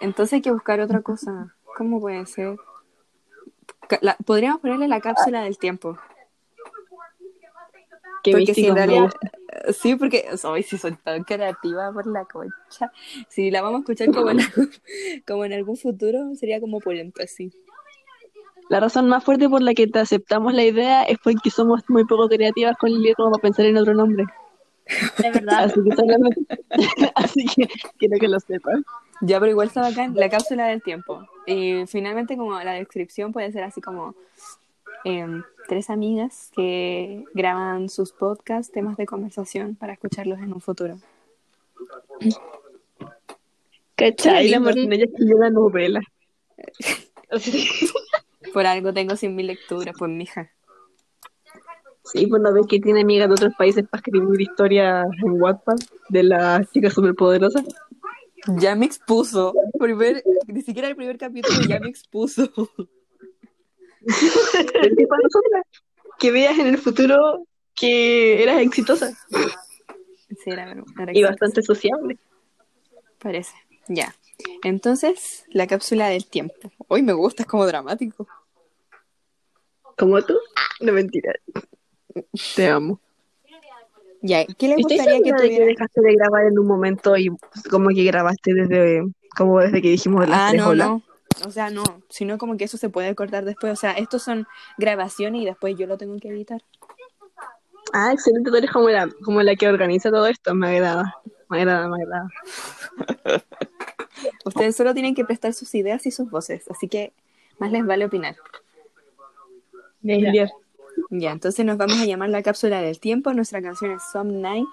Entonces hay que buscar otra cosa. ¿Cómo puede ser? Ca- la- podríamos ponerle la cápsula del tiempo. Que porque si en místicos me realidad- gustan. Sí, porque hoy sí soy tan creativa por la concha. Si la vamos a escuchar como en, algún- como en algún futuro, sería como polento así. La razón más fuerte por la que te aceptamos la idea es porque somos muy poco creativas con Lili como para pensar en otro nombre. De verdad. Así que solamente... Así que quiero que lo sepas. Ya, pero igual está bacán, la cápsula del tiempo. Y finalmente como la descripción puede ser así como em, tres amigas que graban sus podcasts, temas de conversación para escucharlos en un futuro. ¿Cachai? Sí, La sí. Martina ya escribió la novela. Por algo tengo 100.000 lecturas, pues mija. Sí, pues no ves que tiene amigas de otros países para escribir historias en Wattpad de las chicas superpoderosas. Ya me expuso. Primer, ni siquiera el primer capítulo ya me expuso. Es que para nosotras, que veas en el futuro que eras exitosa Sí, era, era y exacto. bastante sociable. Parece. Ya. Entonces, la cápsula del tiempo. Hoy me gusta, es como dramático. Como tú. Ah, No mentira. Te amo. Ya, ¿qué le Estoy gustaría que segura de que tuviera? dejaste de grabar en un momento y pues, como que grabaste desde como desde que dijimos las Ah, tres no, hola. no. O sea, no, sino como que eso se puede cortar después. O sea, estos son grabaciones y después yo lo tengo que editar. Ah, excelente, tú eres como la, como la que organiza todo esto. Me agrada, me agrada, me agrada. Ustedes solo tienen que prestar sus ideas y sus voces, así que más les vale opinar. Genial. Ya, entonces nos vamos a llamar la cápsula del tiempo. Nuestra canción es Some Nights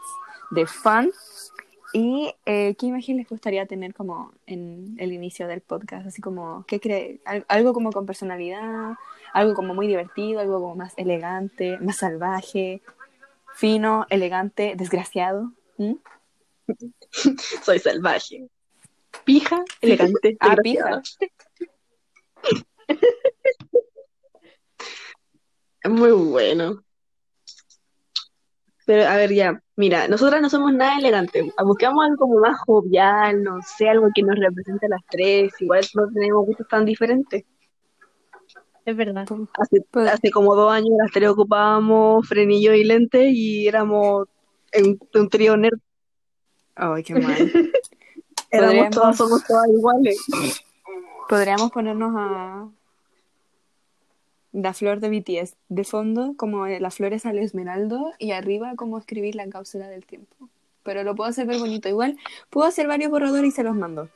de Fun. ¿Y eh, qué imagen les gustaría tener como en el inicio del podcast? Así como, ¿qué cree? Al- Algo como con personalidad, algo como muy divertido, algo como más elegante, más salvaje, fino, elegante, desgraciado. ¿Mm? Soy salvaje. Pija, elegante. Ah, desgraciada. Muy bueno. Pero a ver, ya, mira, nosotras no somos nada elegantes. Buscamos algo como más jovial, no sé, algo que nos represente a las tres. Igual no tenemos gustos tan diferentes. Es verdad. Hace, Pues- hace como dos años las tres ocupábamos frenillo y lentes y éramos en- un trío nerd. Ay, qué mal. Éramos Podríamos- todas, somos todas iguales. Podríamos ponernos a la flor de BTS de fondo, como las flores al esmeraldo, y arriba como escribir la cápsula del tiempo. Pero lo puedo hacer ver bonito. Igual puedo hacer varios borradores y se los mando.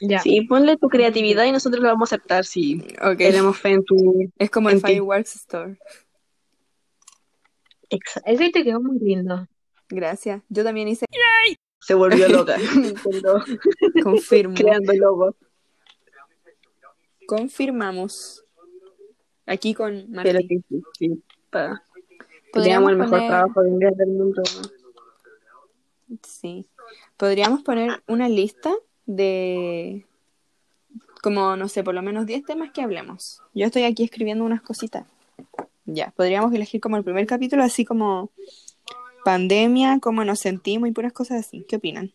Ya. Sí, ponle tu creatividad y nosotros lo vamos a aceptar si Ok. tenemos fe en tu... Es como el en ti. Fireworks Store. Ese te quedó muy lindo. Gracias. Yo también hice. Se volvió loca. Pero Confirmo. creando lobos. Confirmamos. Aquí con Pero Martín. que sí, sí, pa. Podríamos Teníamos el mejor poner- trabajo de inglés del mundo. Sí. Podríamos poner una lista de como, no sé, por lo menos 10 temas que hablemos. Yo estoy aquí escribiendo unas cositas. Ya, podríamos elegir como el primer capítulo, así como pandemia, cómo nos sentimos y puras cosas así. ¿Qué opinan?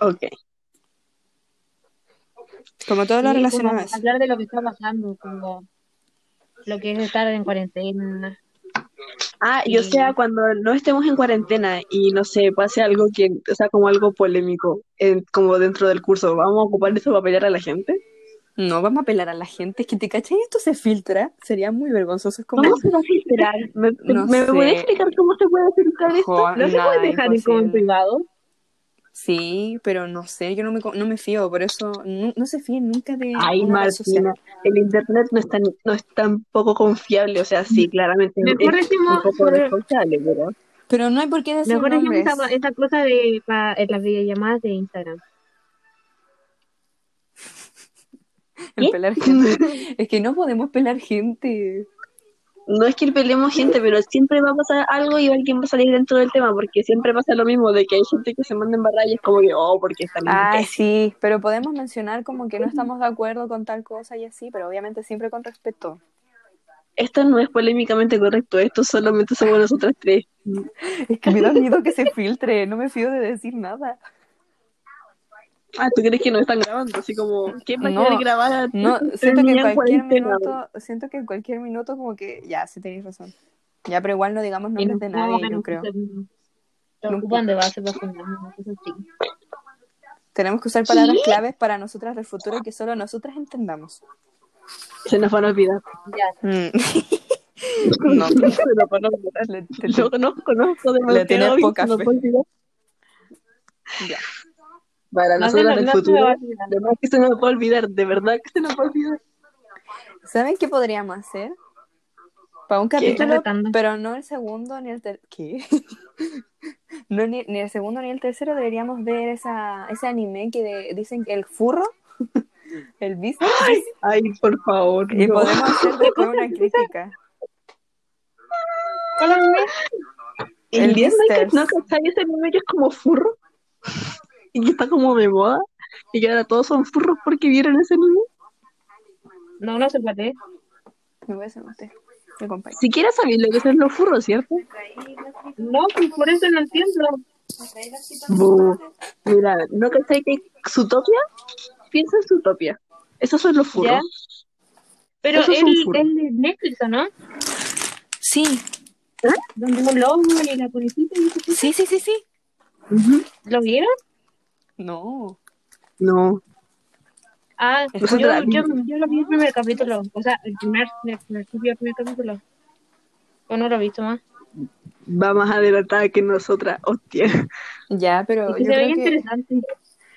Ok. Como todo lo Sí, relacionado a como eso. Hablar de lo que está pasando, como lo que es estar en cuarentena. Ah, y o Sí. sea, cuando no estemos en cuarentena y no sé, pase algo que, o sea, como algo polémico, en- como dentro del curso, ¿vamos a ocupar eso para pelear a la gente? No vamos a apelar a la gente, es que te cachai, esto se filtra. Sería muy vergonzoso. Es como. ¿Cómo se va a filtrar? ¿Me, No me sé. puede explicar cómo se puede filtrar esto? Jo, ¿No se nada, puede dejar en imposible. como privado? Sí, pero no sé, yo no me, co- no me fío, por eso no, no se fíen nunca de Ay, una red social. Martina, el internet no es tan, no es tan poco confiable, o sea, sí, claramente Mejor es un decimos- poco responsable, pero... Pero no hay por qué decir Mejor decimos nombres. esta, esta cosa de pa- en las videollamadas de Instagram. El pelar gente. es que no podemos pelar gente. No es que peleemos gente, pero siempre va a pasar algo y alguien va a salir dentro del tema, porque siempre pasa lo mismo, de que hay gente que se manda en barra y es como que, oh, porque están Ah, imbéciles. sí, pero podemos mencionar como que no estamos de acuerdo con tal cosa y así, pero obviamente siempre con respeto. Esto no es polémicamente correcto, esto solamente somos nosotras tres. Es que me da miedo que se filtre, no me fío de decir nada. Ah, ¿tú crees que no están grabando? Así como, ¿quién va a No, querer grabar? a No, tres siento que en niñas en cualquier cuarentena? minuto, siento que en cualquier minuto como que ya, sí tenéis razón. Ya, pero igual no digamos Y nombres nos de ocupan nadie, para yo creo. nosotros. Nos Nunca. ocupan de base para fundarnos, una cosa así. Tenemos que usar palabras claves para nosotras del futuro y que solo nosotras entendamos. Se nos van a olvidar. Ya, Mm, No, se nos van a olvidar. le- te- te- Yo no conozco de Le tienes Mateo y poca se nos fe. va a olvidar. ya. Para No se nosotras nos- del no se nos futuro, va a de olvidar. verdad que se nos va a olvidar, de verdad que se nos va a olvidar. ¿Saben qué podríamos hacer? Para un Estás capítulo, retando. pero no el segundo ni el tercero. ¿Qué? no, ni, ni el segundo ni el tercero deberíamos ver esa, ese anime que de- dicen que el furro, el beast, Ay, por favor. y no. podemos hacer después una crítica. Hola, mami. el El día no Misters. no cachai ese anime que es como furro y que está como de moda y que ahora todos son furros porque vieron ese anime. No, no se puede. Me voy a hacer un té. Me acompaña. Siquiera sabéis lo que son los furros, ¿cierto? No, pues por eso no entiendo. Bu. Mira, no cachai que Zootopia, piensa en Zootopia. Esos son los furros. Ya. Pero Eso él es un furro. él es Netflix, ¿o ¿no? Sí, Donde un lobo y la policita y esas cosas. sí, sí, sí, sí. Ujú. ¿Lo vieron? No. No. Ah, yo, Eso te la- yo, yo lo vi el primer capítulo. O sea, el primer, el primer, el primer capítulo. ¿O no lo he visto más? Va más adelantada que nosotras, hostia. Ya, Es pero que yo se veía creo que... interesante.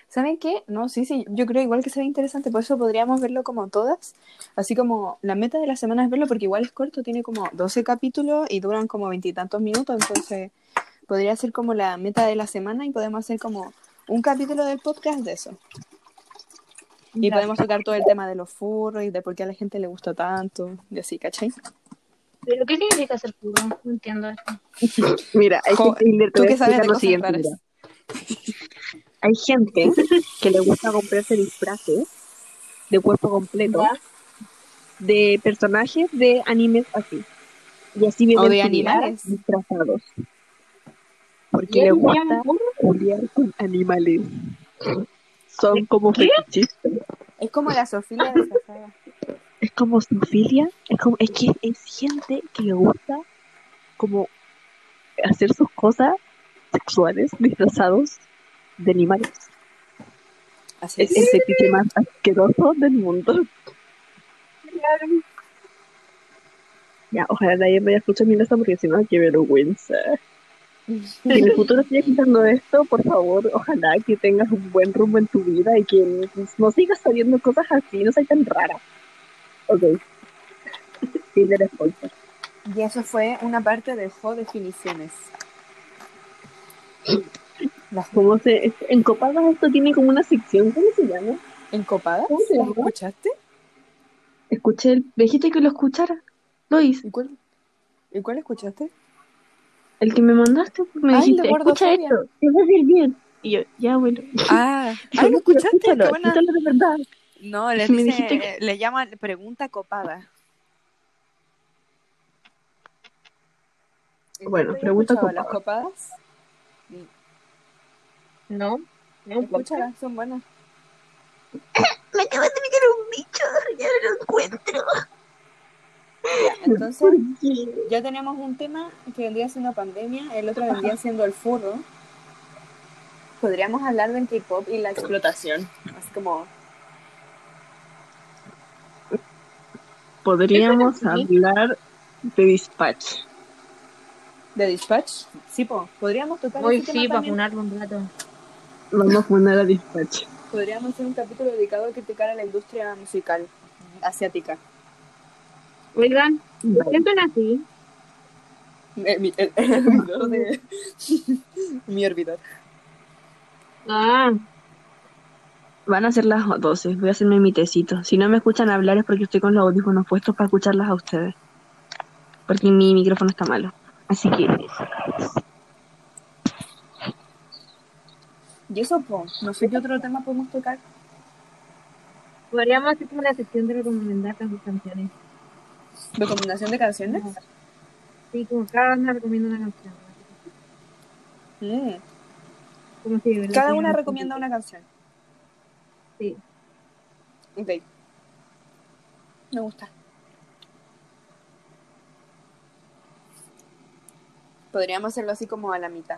¿Saben qué? No, sí, sí, yo creo igual que se ve interesante, por eso podríamos verlo como todas. Así como la meta de la semana es verlo, porque igual es corto, tiene como 12 capítulos y duran como veintitantos minutos, entonces podría ser como la meta de la semana y podemos hacer como un capítulo del podcast de eso. Y Ya. podemos tocar todo el tema de los furros y de por qué a la gente le gusta tanto, y así, ¿cachai? ¿Pero qué significa ser puro? No entiendo esto. Mira, hay Jo, gente, mira, te Tú voy a que sabes de explicar lo cosas siguiente, raras. mira. Hay gente que le gusta comprarse disfraces de cuerpo completo Ya. de personajes de animes así. Y así viven O de su vida animales. disfrazados. ¿Y Porque él les se llama gusta puro? jugar con animales. Son como fetichistas. Es como la Sofía disfrazada. Es como zoofilia. Es, como, es que es gente que le gusta como hacer sus cosas sexuales disfrazados de animales. Así Es el fetiche más asqueroso del mundo. Ya, ojalá nadie me haya escuchado mi esta porque si no, qué vergüenza. Si en el futuro estoy escuchando esto, por favor, ojalá que tengas un buen rumbo en tu vida y que no sigas sabiendo cosas así, no seas tan rara. Ok. Tinder sponsor. Y eso fue una parte de Jo Definiciones. La ¿Cómo se, es- en Copadas esto tiene como una sección, ¿cómo se llama? ¿Encopada? ¿Cómo se ¿La llama? escuchaste? Escuché, el, me dijiste que lo escuchara, Luis, ¿Y cuál, ¿Y cuál escuchaste? el que me mandaste, pues, me Ay, el de dijiste, escucha gordofobia". esto, te va a hacer bien. Y yo, ya, bueno. Ah, ¿lo Yo, no, pero escuchaste? escúchalo, Qué buena- escúchalo de verdad. No, le, Si me dice- dijiste que- le llama pregunta copada. Bueno, ¿Yo pregunta escuchaba copada. Las copadas, No, no un poco. escúchalas, son buenas. Me acabas de meter un bicho, ya no lo encuentro. Ya, entonces, ¿Por qué? ya tenemos un tema que vendría siendo pandemia, el otro vendría siendo el furro. Podríamos hablar del K-pop y la explotación. Así como Podríamos Sí. hablar de dispatch. de Dispatch. Sí, po, podríamos tocar Hoy ese sí, tema para también. funarlo un rato. Vamos a poner a dispatch. Podríamos hacer un capítulo dedicado a criticar a la industria musical asiática. Oigan, siempre así. Eh, mi, el- el hervidor de- mi hervidor. Ah, Van a ser las 12, voy a hacerme mi tecito. Si no me escuchan hablar es porque estoy con los audífonos puestos para escucharlas a ustedes. Porque mi micrófono está malo. Así que Y eso, po, no sé qué otro tema podemos tocar. podríamos hacer como una sección de recomendar las canciones. ¿Recomendación de canciones? Sí, como cada una recomienda una canción. Mm, Como si de verdad Cada tuviéramos Mm. una un recomienda una canción. Sí. Ok. Me gusta. Podríamos hacerlo así como a la mitad.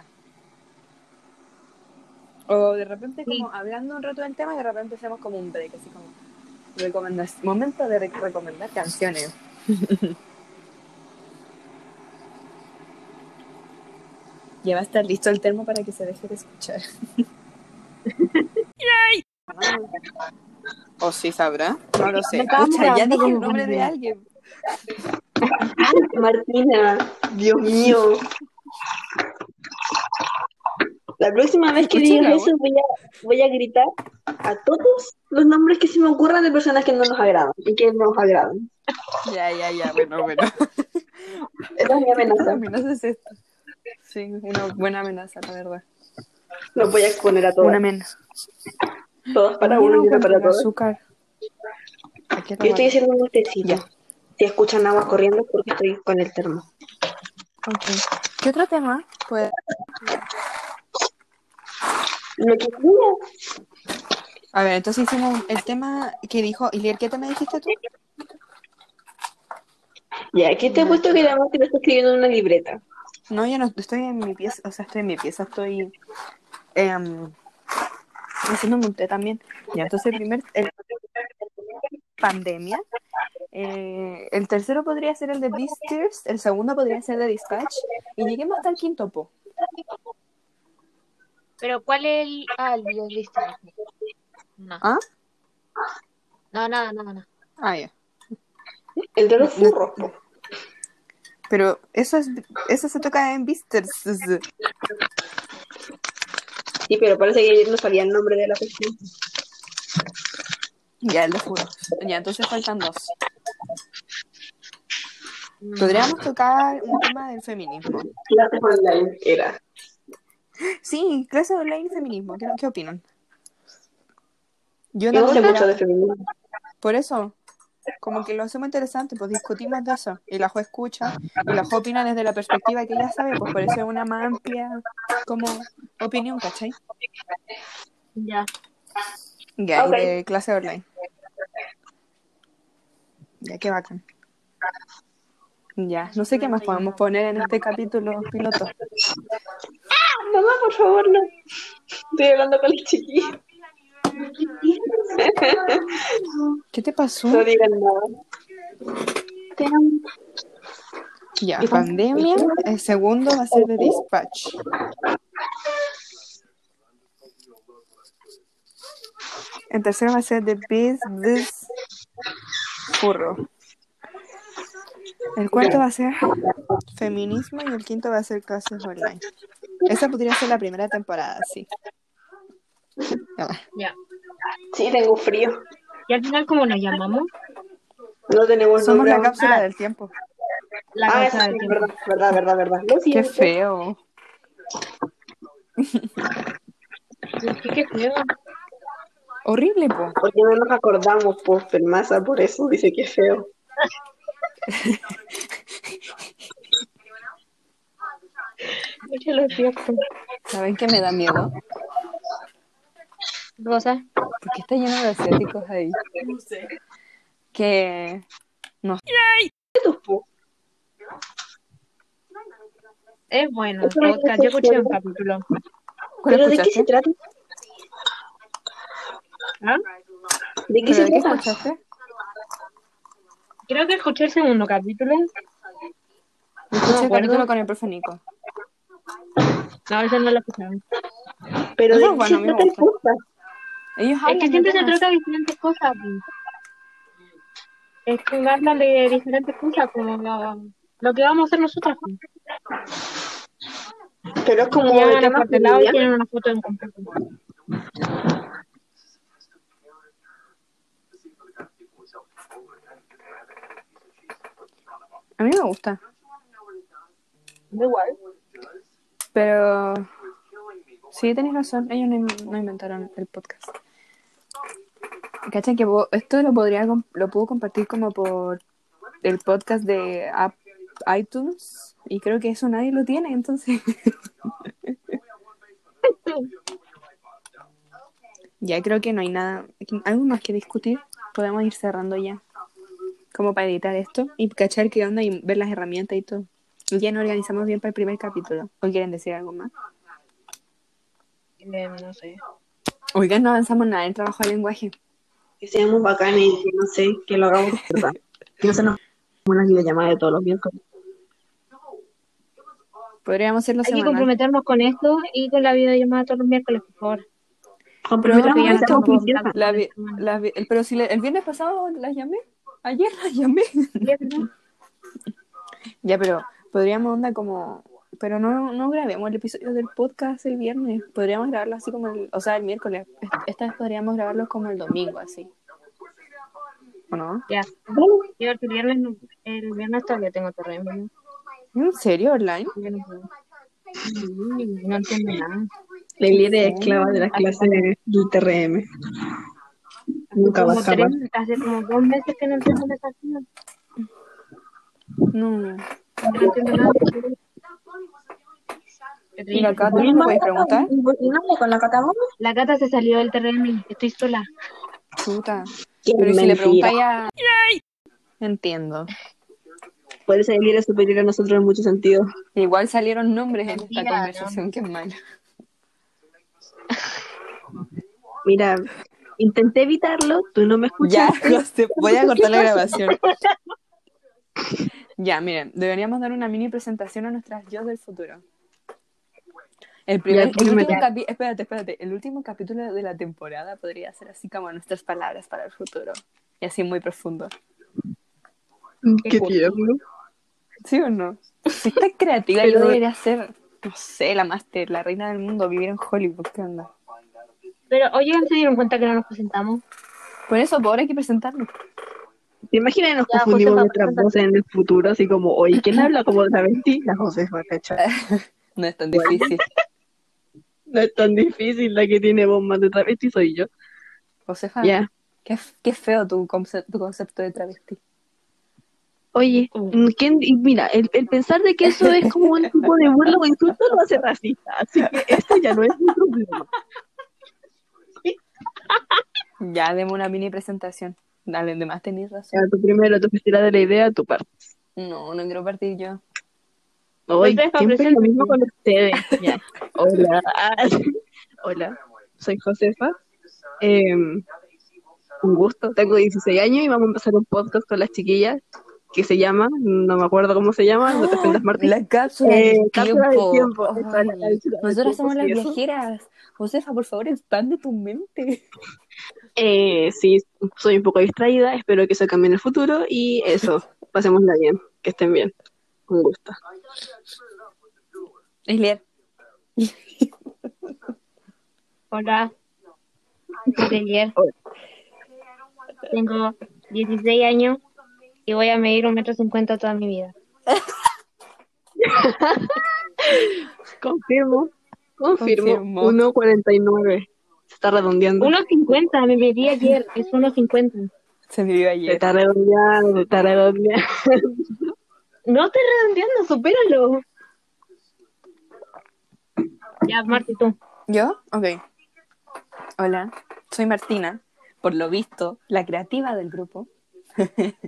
O de repente Sí. como hablando un rato del tema y de repente hacemos como un break, así como recomendas- momento de re- recomendar canciones. ya va a estar listo el termo para que se deje de escuchar. ¿O sí sabrá? No lo sé. Me estaba Pucha, ya mudando dije el como nombre de María. alguien. Martina, Dios mío. La próxima vez que Escucha, digas ¿no? eso voy a, voy a gritar a todos los nombres que se me ocurran de personas que no nos agradan y que nos agradan. Ya, ya, ya. Bueno, bueno. Esa es mi Una amenaza. amenaza es esto. Sí, una buena amenaza, la verdad. Los voy a exponer a todos. amenaza. Todas para uno y una para todos. azúcar. Aquí lo Yo estoy guardo. haciendo un tecito. Ya. Si escuchan agua corriendo es porque estoy con el termo. Ok. ¿Qué otro tema? Pues, Lo que quieras. a ver, entonces hicimos el tema que dijo Ilier, ¿qué tema dijiste tú? Ya, aquí te he puesto que la Martina está escribiendo en una libreta. No, yo no estoy en mi pieza, o sea, estoy en mi pieza, estoy em, haciendo un té también. Ya, entonces el primer, el- pandemia. Eh, el tercero podría ser el de Beasters, el segundo podría ser de Dispatch, y lleguemos hasta el quinto po. Pero ¿cuál es el...? Ah, el video listo. No. ¿Ah? No, nada, nada, nada. Ah, ya. El de los No. furros. po. Pero eso es eso se toca en Beasters. Sí, pero parece que ayer no sabía el nombre de la cuestión. Ya, lo juro. Ya, entonces faltan dos. Podríamos tocar un tema del feminismo. Clases online era. Sí, clase online y feminismo. ¿Qué, qué opinan? Yo Yo no sé mira, mucho de feminismo. Por eso, como que lo hacemos interesante, pues discutimos de eso. Y la Jo escucha, y la Jo opina desde la perspectiva que ella sabe, pues por eso es una más amplia como opinión, ¿cachai? Ya. Ya, y Ok. de clase online. Ya, qué bacán. Ya, no sé qué más podemos poner en este capítulo piloto. Ah, Mamá, por favor, no. Estoy hablando con la chiquilla. ¿Qué te pasó? No digan nada. Ya, pandemia. El segundo va a ser de dispatch. El tercero va a ser de Biz This Furro. El cuarto va a ser feminismo y el quinto va a ser clases online. Esa podría ser la primera temporada, sí. Ya va. Sí, tengo frío. Y al final, ¿cómo nos llamamos? No tenemos Somos nombre. la aún. cápsula del tiempo. La Ah, casa sí, del tiempo. verdad, verdad, verdad, verdad. Lo Qué siento. feo. Sí, qué feo. Horrible, po. Porque no nos acordamos, pues, Fermasa, por eso dice que es feo. Oye, lo cierto. ¿Saben qué me da miedo? Rosa. Porque está lleno de asiáticos ahí. Que Es bueno el Eso me podcast. Yo escuché un parece capítulo. ¿Cuál ¿Pero de qué escuchaste? se trata? ¿Ah? ¿De qué ¿Pero se de qué trata? escuchaste? Creo que escuché el segundo capítulo. Yo escuché el acuerdo. capítulo con el profe Nico. No, eso no lo escuchamos. ¿Pero No, de qué bueno, a se mí me trata el gusta. podcast? Ellos Es Ah, hablan que de siempre se temas. trata de diferentes cosas. pues. Es que hablan de diferentes cosas, como lo, lo que vamos a hacer nosotros. pues. Pero es como de Llevan a temas por lado y familiares. tienen una foto en completo. A mí me gusta. Igual. Pero... Sí, tenéis razón. Ellos no, in- no inventaron el podcast. ¿Cachan que vo- esto lo podría com- lo puedo compartir como por el podcast de App- iTunes? Y creo que eso nadie lo tiene, entonces... Ya creo que no hay nada, algo más que discutir. Podemos ir cerrando ya. Como para editar esto y cachar qué onda y ver las herramientas y todo. Y ya nos organizamos bien para el primer capítulo. ¿O quieren decir algo más? Eh, no sé. Oigan, no avanzamos nada en el trabajo del lenguaje. Que seamos bacanes y que no sé, que lo hagamos de verdad. que no se nos como una videollamada de todos los miércoles. Podríamos hacerlo Hay que semanal. comprometernos con esto y con la videollamada todos los miércoles, por favor. Comprometamos Porque ya esto. estamos con- con- La vi- la vi- el, pero si le- el viernes pasado las llamé. Ayer las llamé. Ya, pero podríamos onda como... Pero no, no grabemos el episodio del podcast el viernes. Podríamos grabarlo así como el... O sea, el miércoles. Est- Esta vez podríamos grabarlo como el domingo, así. ¿O no? Ya. Yo el viernes, no- el viernes todavía tengo tarea. ¿no? ¿En serio, online? Yo no puedo. Mm, No entiendo nada. Lili era esclava de las clases del TRM. Nunca Como bajaba. tres- hace como dos meses que no entiendo las cosas. No. No entiendo nada. ¿Y la Cata? ¿Me puedes preguntar? con la catagoma? La gata se salió del terreno. Estoy sola. Chuta. Qué Pero ¿y si le mentira. preguntáis a... Entiendo. Por eso Lili era superior a nosotros en muchos sentidos. Igual salieron nombres en esta Mentira, conversación, que es mala. Mira, intenté evitarlo, tú no me Ya, escuchaste. lo sé, voy a cortar la grabación. Ya, miren, deberíamos dar una mini presentación a nuestras yo del futuro. El primer, el Ya, último primera. capi- espérate, espérate, el último capítulo de la temporada podría ser así como nuestras palabras para el futuro. Y así muy profundo. Qué tierno. ¿Sí o no? Si estás creativa, yo Pero- debería ser, no sé, la máster, la reina del mundo, vivir en Hollywood, ¿qué onda? Pero, oye, ¿se dieron cuenta que no nos presentamos? Por eso, por ahora hay que presentarnos. ¿Te imaginas que nos Ya, confundimos Josefa, nuestras preséntate. voces en el futuro? Así como, oye, ¿quién habla como travesti? La Josefa, ¿cachai? No es tan difícil. No es tan difícil la que tiene voz más de travesti, soy yo. Josefa, Ah. Ya. qué, qué feo tu, conce- tu concepto de travesti. Oye, mm, ¿quién- y mira, el, el pensar de que eso es como un tipo de burla o insulto lo hace racista. Así que esto ya no es un problema. Ya, demos una mini presentación. Dale, además tenéis razón. Ya, tú primero te fuiste de la idea, tu parte. No, no quiero partir yo. Hoy Josefa, siempre lo preséntate. mismo con ustedes. Ya. Hola. Ah, Hola, soy Josefa. Eh, un gusto, tengo 16 años y vamos a empezar un podcast con las chiquillas que se llama, no me acuerdo cómo se llama, no te ofendas Martín. La cápsula Eh, del cápsula tiempo. del tiempo. Ay, Esa es la cápsula del Nosotras tiempo, somos sí, las eso. viajeras. Josefa, por favor, expande tu mente. Eh, sí, soy un poco distraída, espero que eso cambie en el futuro y eso, pasémosla bien, que estén bien. Un gusto. Islier, Hola. Soy Yer. Tengo 16 años y voy a medir un metro cincuenta toda mi vida. Confirmo, confirmo, Confirmo. 1.49. Se está redondeando. 1.50, me medí ayer. Es 1.50. se me vio Se ayer. está redondeando, se está redondeando. No estoy redondeando, supéralo. Ya, Marti, tú. ¿Yo? Ok. Hola, soy Martina, por lo visto, la creativa del grupo.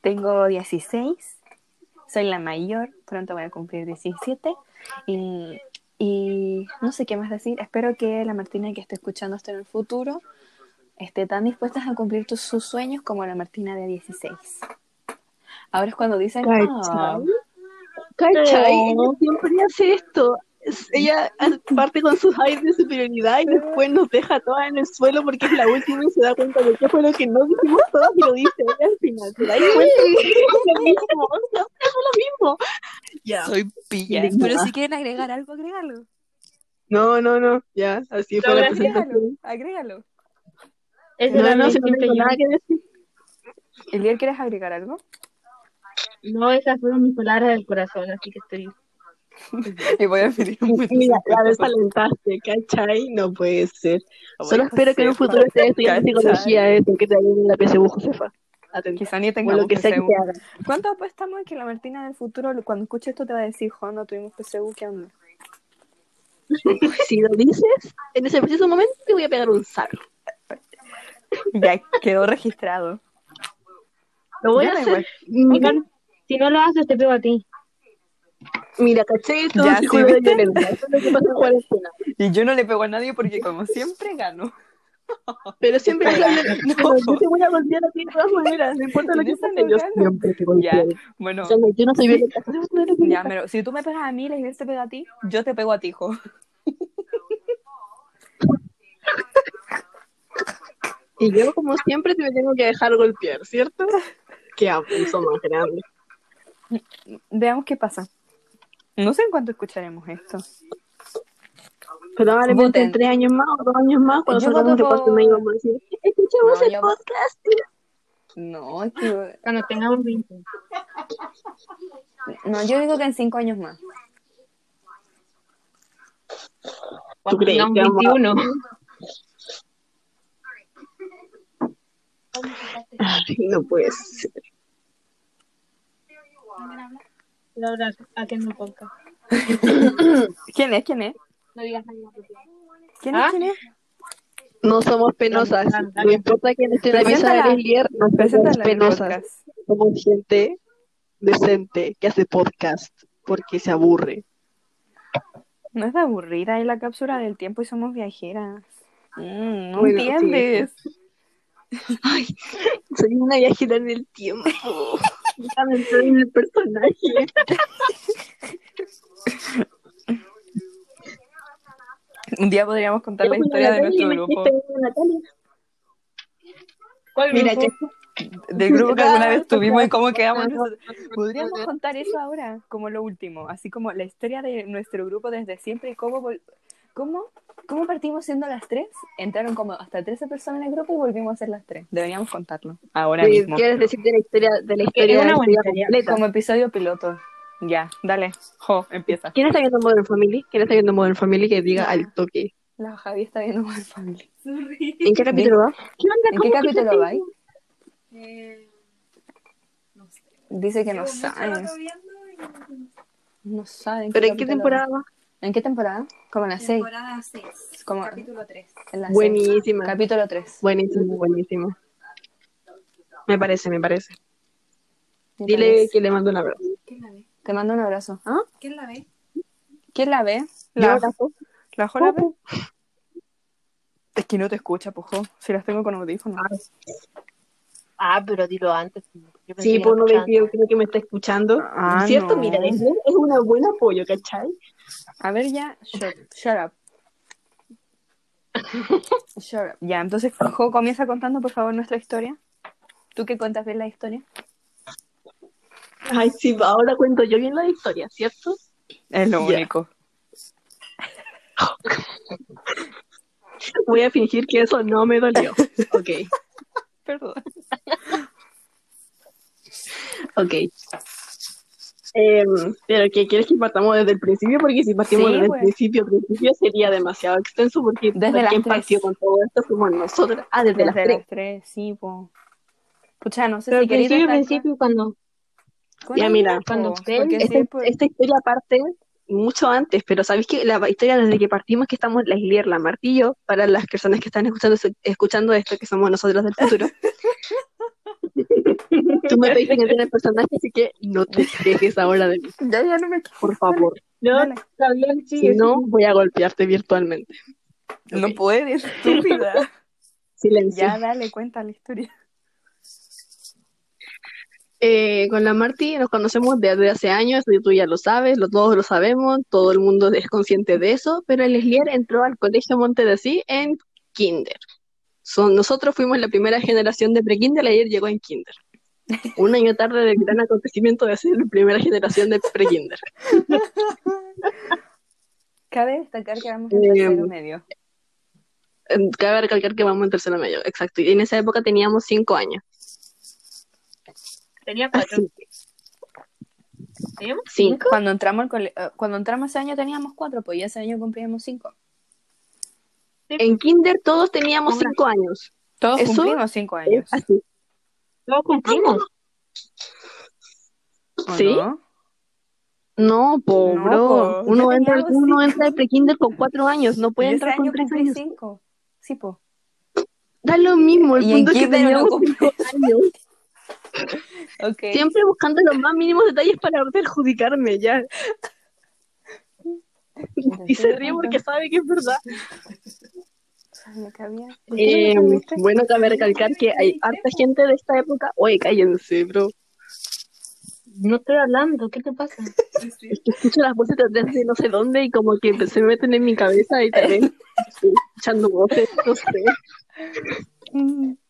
Tengo 16, soy la mayor, pronto voy a cumplir 17. Y, y no sé qué más decir, espero que la Martina que esté escuchando esto en el futuro esté tan dispuesta a cumplir tus- sus sueños como la Martina de 16. Ahora es cuando dicen, Cachai. "Ah, ¿Cachai? Ella siempre hace esto. Es- Ella parte con sus aires de superioridad y después nos deja todas en el suelo porque es la última y se da cuenta de qué fue lo que no dijimos todas y lo dice ella al final. ¿Te das cuenta? Es lo mismo, siempre es lo mismo. Ya. soy pilla. Indignada. Pero si quieren agregar algo, agrégalo. No, no, no, ya, así fue la Agrégalo, presentación. agrégalo. Eso No, era no, lo si no simple tengo yo. nada que decir. Elier, ¿quieres agregar algo? No, esas fueron mis palabras del corazón, así que estoy. Y voy a pedir un minuto. Mira, la desalentaste, ¿cachai? No puede ser. Solo espero que en un futuro estés estudiando ¿cachai? psicología, eh, que te en la PSU, Josefa. Atenta. Quizá ni O tengamos lo que sea que PSU. te haga. ¿Cuánto apostamos que la Martina del futuro, cuando escuche esto, te va a decir, jo, no tuvimos PSU, ¿qué onda? Si lo dices, en ese preciso momento te voy a pegar un saco. Ya quedó registrado. Lo voy Ya a da hacer. Oigan, si no lo haces, te pego a ti. Mira, caché todo Ya, sí, el círculo de ¿viste? violencia. Eso es lo que pasa en cuarentena. Y yo no le pego a nadie porque como siempre gano. Pero siempre es la violencia. No. Pero Yo te voy a golpear a ti de todas maneras. No importa lo En que esa pase, no yo gano. siempre te golpeo. Ya, bueno. O sea, no, yo no soy violenta. Yo no eres Ya, violenta. pero si tú me pegas a mí y la Isabel te pega a ti, yo te pego a ti, hijo. Y yo, como siempre, te tengo que dejar golpear, ¿cierto? Qué abuso más grande. Veamos qué pasa. No sé en cuánto escucharemos esto. Probablemente Voten. en tres años más o dos años más, cuando Yo salgamos de voto parte, por- me íbamos a decir: Escuchemos No, el yo- podcast. No, es que... Cuando tengamos 20. No, yo digo que en cinco años más. Cuando crees tengamos que vamos a- 21. Ay, no puede ser. Pero ahora, ¿a qué me podcast? ¿Quién es? ¿Quién es? No digas nada. porque- ¿Quién ¿Ah? es? ¿Quién es? No somos penosas. Dale, dale. No importa quién esté en la mesa Preséntala. de Leslier, no Preséntala somos en el penosas. podcast. Somos gente decente que hace podcast porque se aburre. No es de aburrida, es la cápsula del tiempo y somos viajeras. Mm, no Bueno, sí. entiendes. Soy una viajera en el tiempo. Ya me estoy en el personaje. Un día podríamos contar la historia de nuestro grupo. ¿Cuál Mira, grupo? Del grupo que alguna vez tuvimos y cómo quedamos. nosotros. Podríamos Podríamos contar eso ahora, como lo último, así como la historia de nuestro grupo desde siempre y cómo, vol- cómo, cómo partimos siendo las tres. Entraron como hasta 13 personas en el grupo y volvimos a ser las tres. Deberíamos contarlo ahora mismo. Eh, ¿Quieres decir de la historia de la historia, Es una de la buena historia historia. completa? Como episodio piloto. Ya, dale. Jo, empieza. ¿Quién está viendo Modern Family? ¿Quién está viendo Modern Family que diga al toque? La Javi está viendo Modern Family. ¿En qué capítulo va? ¿En qué capítulo va? Eh, Dice que no saben. No saben. ¿Pero en qué capítulo temporada va? va. ¿En qué temporada? Como en la 6. Temporada 6, Como capítulo 3. en la seis. Buenísima. Capítulo 3. Buenísimo, buenísimo. Me parece, me parece. Dile que le mando un abrazo. ¿Quién la ve? Te mando un abrazo. ¿Ah? ¿Quién la ve? ¿Quién la ve? Yo La, abrazo. la Jo la ve. Es que no te escucha, pujo. Si las tengo con audífonos. Ah, pero dilo antes. Yo pensé Sí, pues, que por no no escuchaban. yo creo que me está escuchando. Ah, ¿Cierto? no. Mira, Leslie es un buen apoyo, ¿cachai? A ver, ya. Shut, shut up. Shut up. Ya, entonces, Jo, comienza contando, por favor, nuestra historia. ¿Tú que cuentas bien la historia? Ay, sí, ahora cuento yo bien la historia, ¿cierto? Es lo Ya. único. Voy a fingir que eso no me dolió. Ok, Perdón. ok. Em, pero que quieres que partamos desde el principio, porque si partimos Sí, desde pues. el principio, principio sería demasiado extenso, porque Desde las quien tres. partió con todo esto fuimos nosotras. Ah, desde, las Desde tres. las tres, sí, po. Pucha, no sé Pero si al queréis principio, al destacar- principio, cuando Con Ya, el mira, grupo, cuando ustedes- Oh, porque pues, Esta, si es por- esta historia parte mucho antes, pero sabéis que la historia desde que partimos, que estamos la Islier, la Martillo, para las personas que están escuchando, escuchando esto, que somos nosotras del futuro. Tú me pediste que entre el personaje, así que no te dejes ahora de mí, Ya, ya no me... por favor. No, Dale. está bien, Si sigue. no, voy a golpearte virtualmente. No puedes, estúpida. Silencio. ya, dale, cuenta la historia. Eh, con la Marti nos conocemos desde hace años, y tú ya lo sabes, lo- todos lo sabemos, todo el mundo es consciente de eso, pero el Eslier entró al Colegio Monte de Asís en kinder. Son, nosotros fuimos la primera generación de pre-kinder, la ayer llegó en kinder. Un año tarde del gran acontecimiento de ser la primera generación de pre-kinder. Cabe destacar que vamos en Eh, tercero medio. Eh, Cabe recalcar que vamos en tercero medio, exacto. Y en esa época teníamos cinco años. Tenía cuatro. Así que- Ah, ¿Teníamos Cinco. Cuando entramos al cole- eh, cuando entramos ese año teníamos cuatro, pues ya ese año cumplíamos cinco. En kinder todos teníamos Ahora. cinco años. Todos Eso cumplimos cinco Es años. así. Todos cumplimos. ¿o ¿Sí? no? No, po, No, bro. po. Uno, Yo entra, tenía uno cinco. entra de prekinder con cuatro años, no puede Yo entrar ese con año tres cumplí años. cinco. Sí, po. Da lo mismo, el Y en punto es que kinder uno teníamos cumple. cinco años. Ok. Siempre buscando los más mínimos detalles para perjudicarme, ya. Y se ríe porque sabe que es verdad. Lo que había. Eh, ¿Por qué me cambiaste? bueno, cabe recalcar que hay harta gente de esta época. Oye, cállense, bro. No estoy hablando, ¿qué te pasa? Es que escucho las voces de atrás de no sé dónde y como que se meten en mi cabeza y también estoy escuchando voces, no sé. Mm.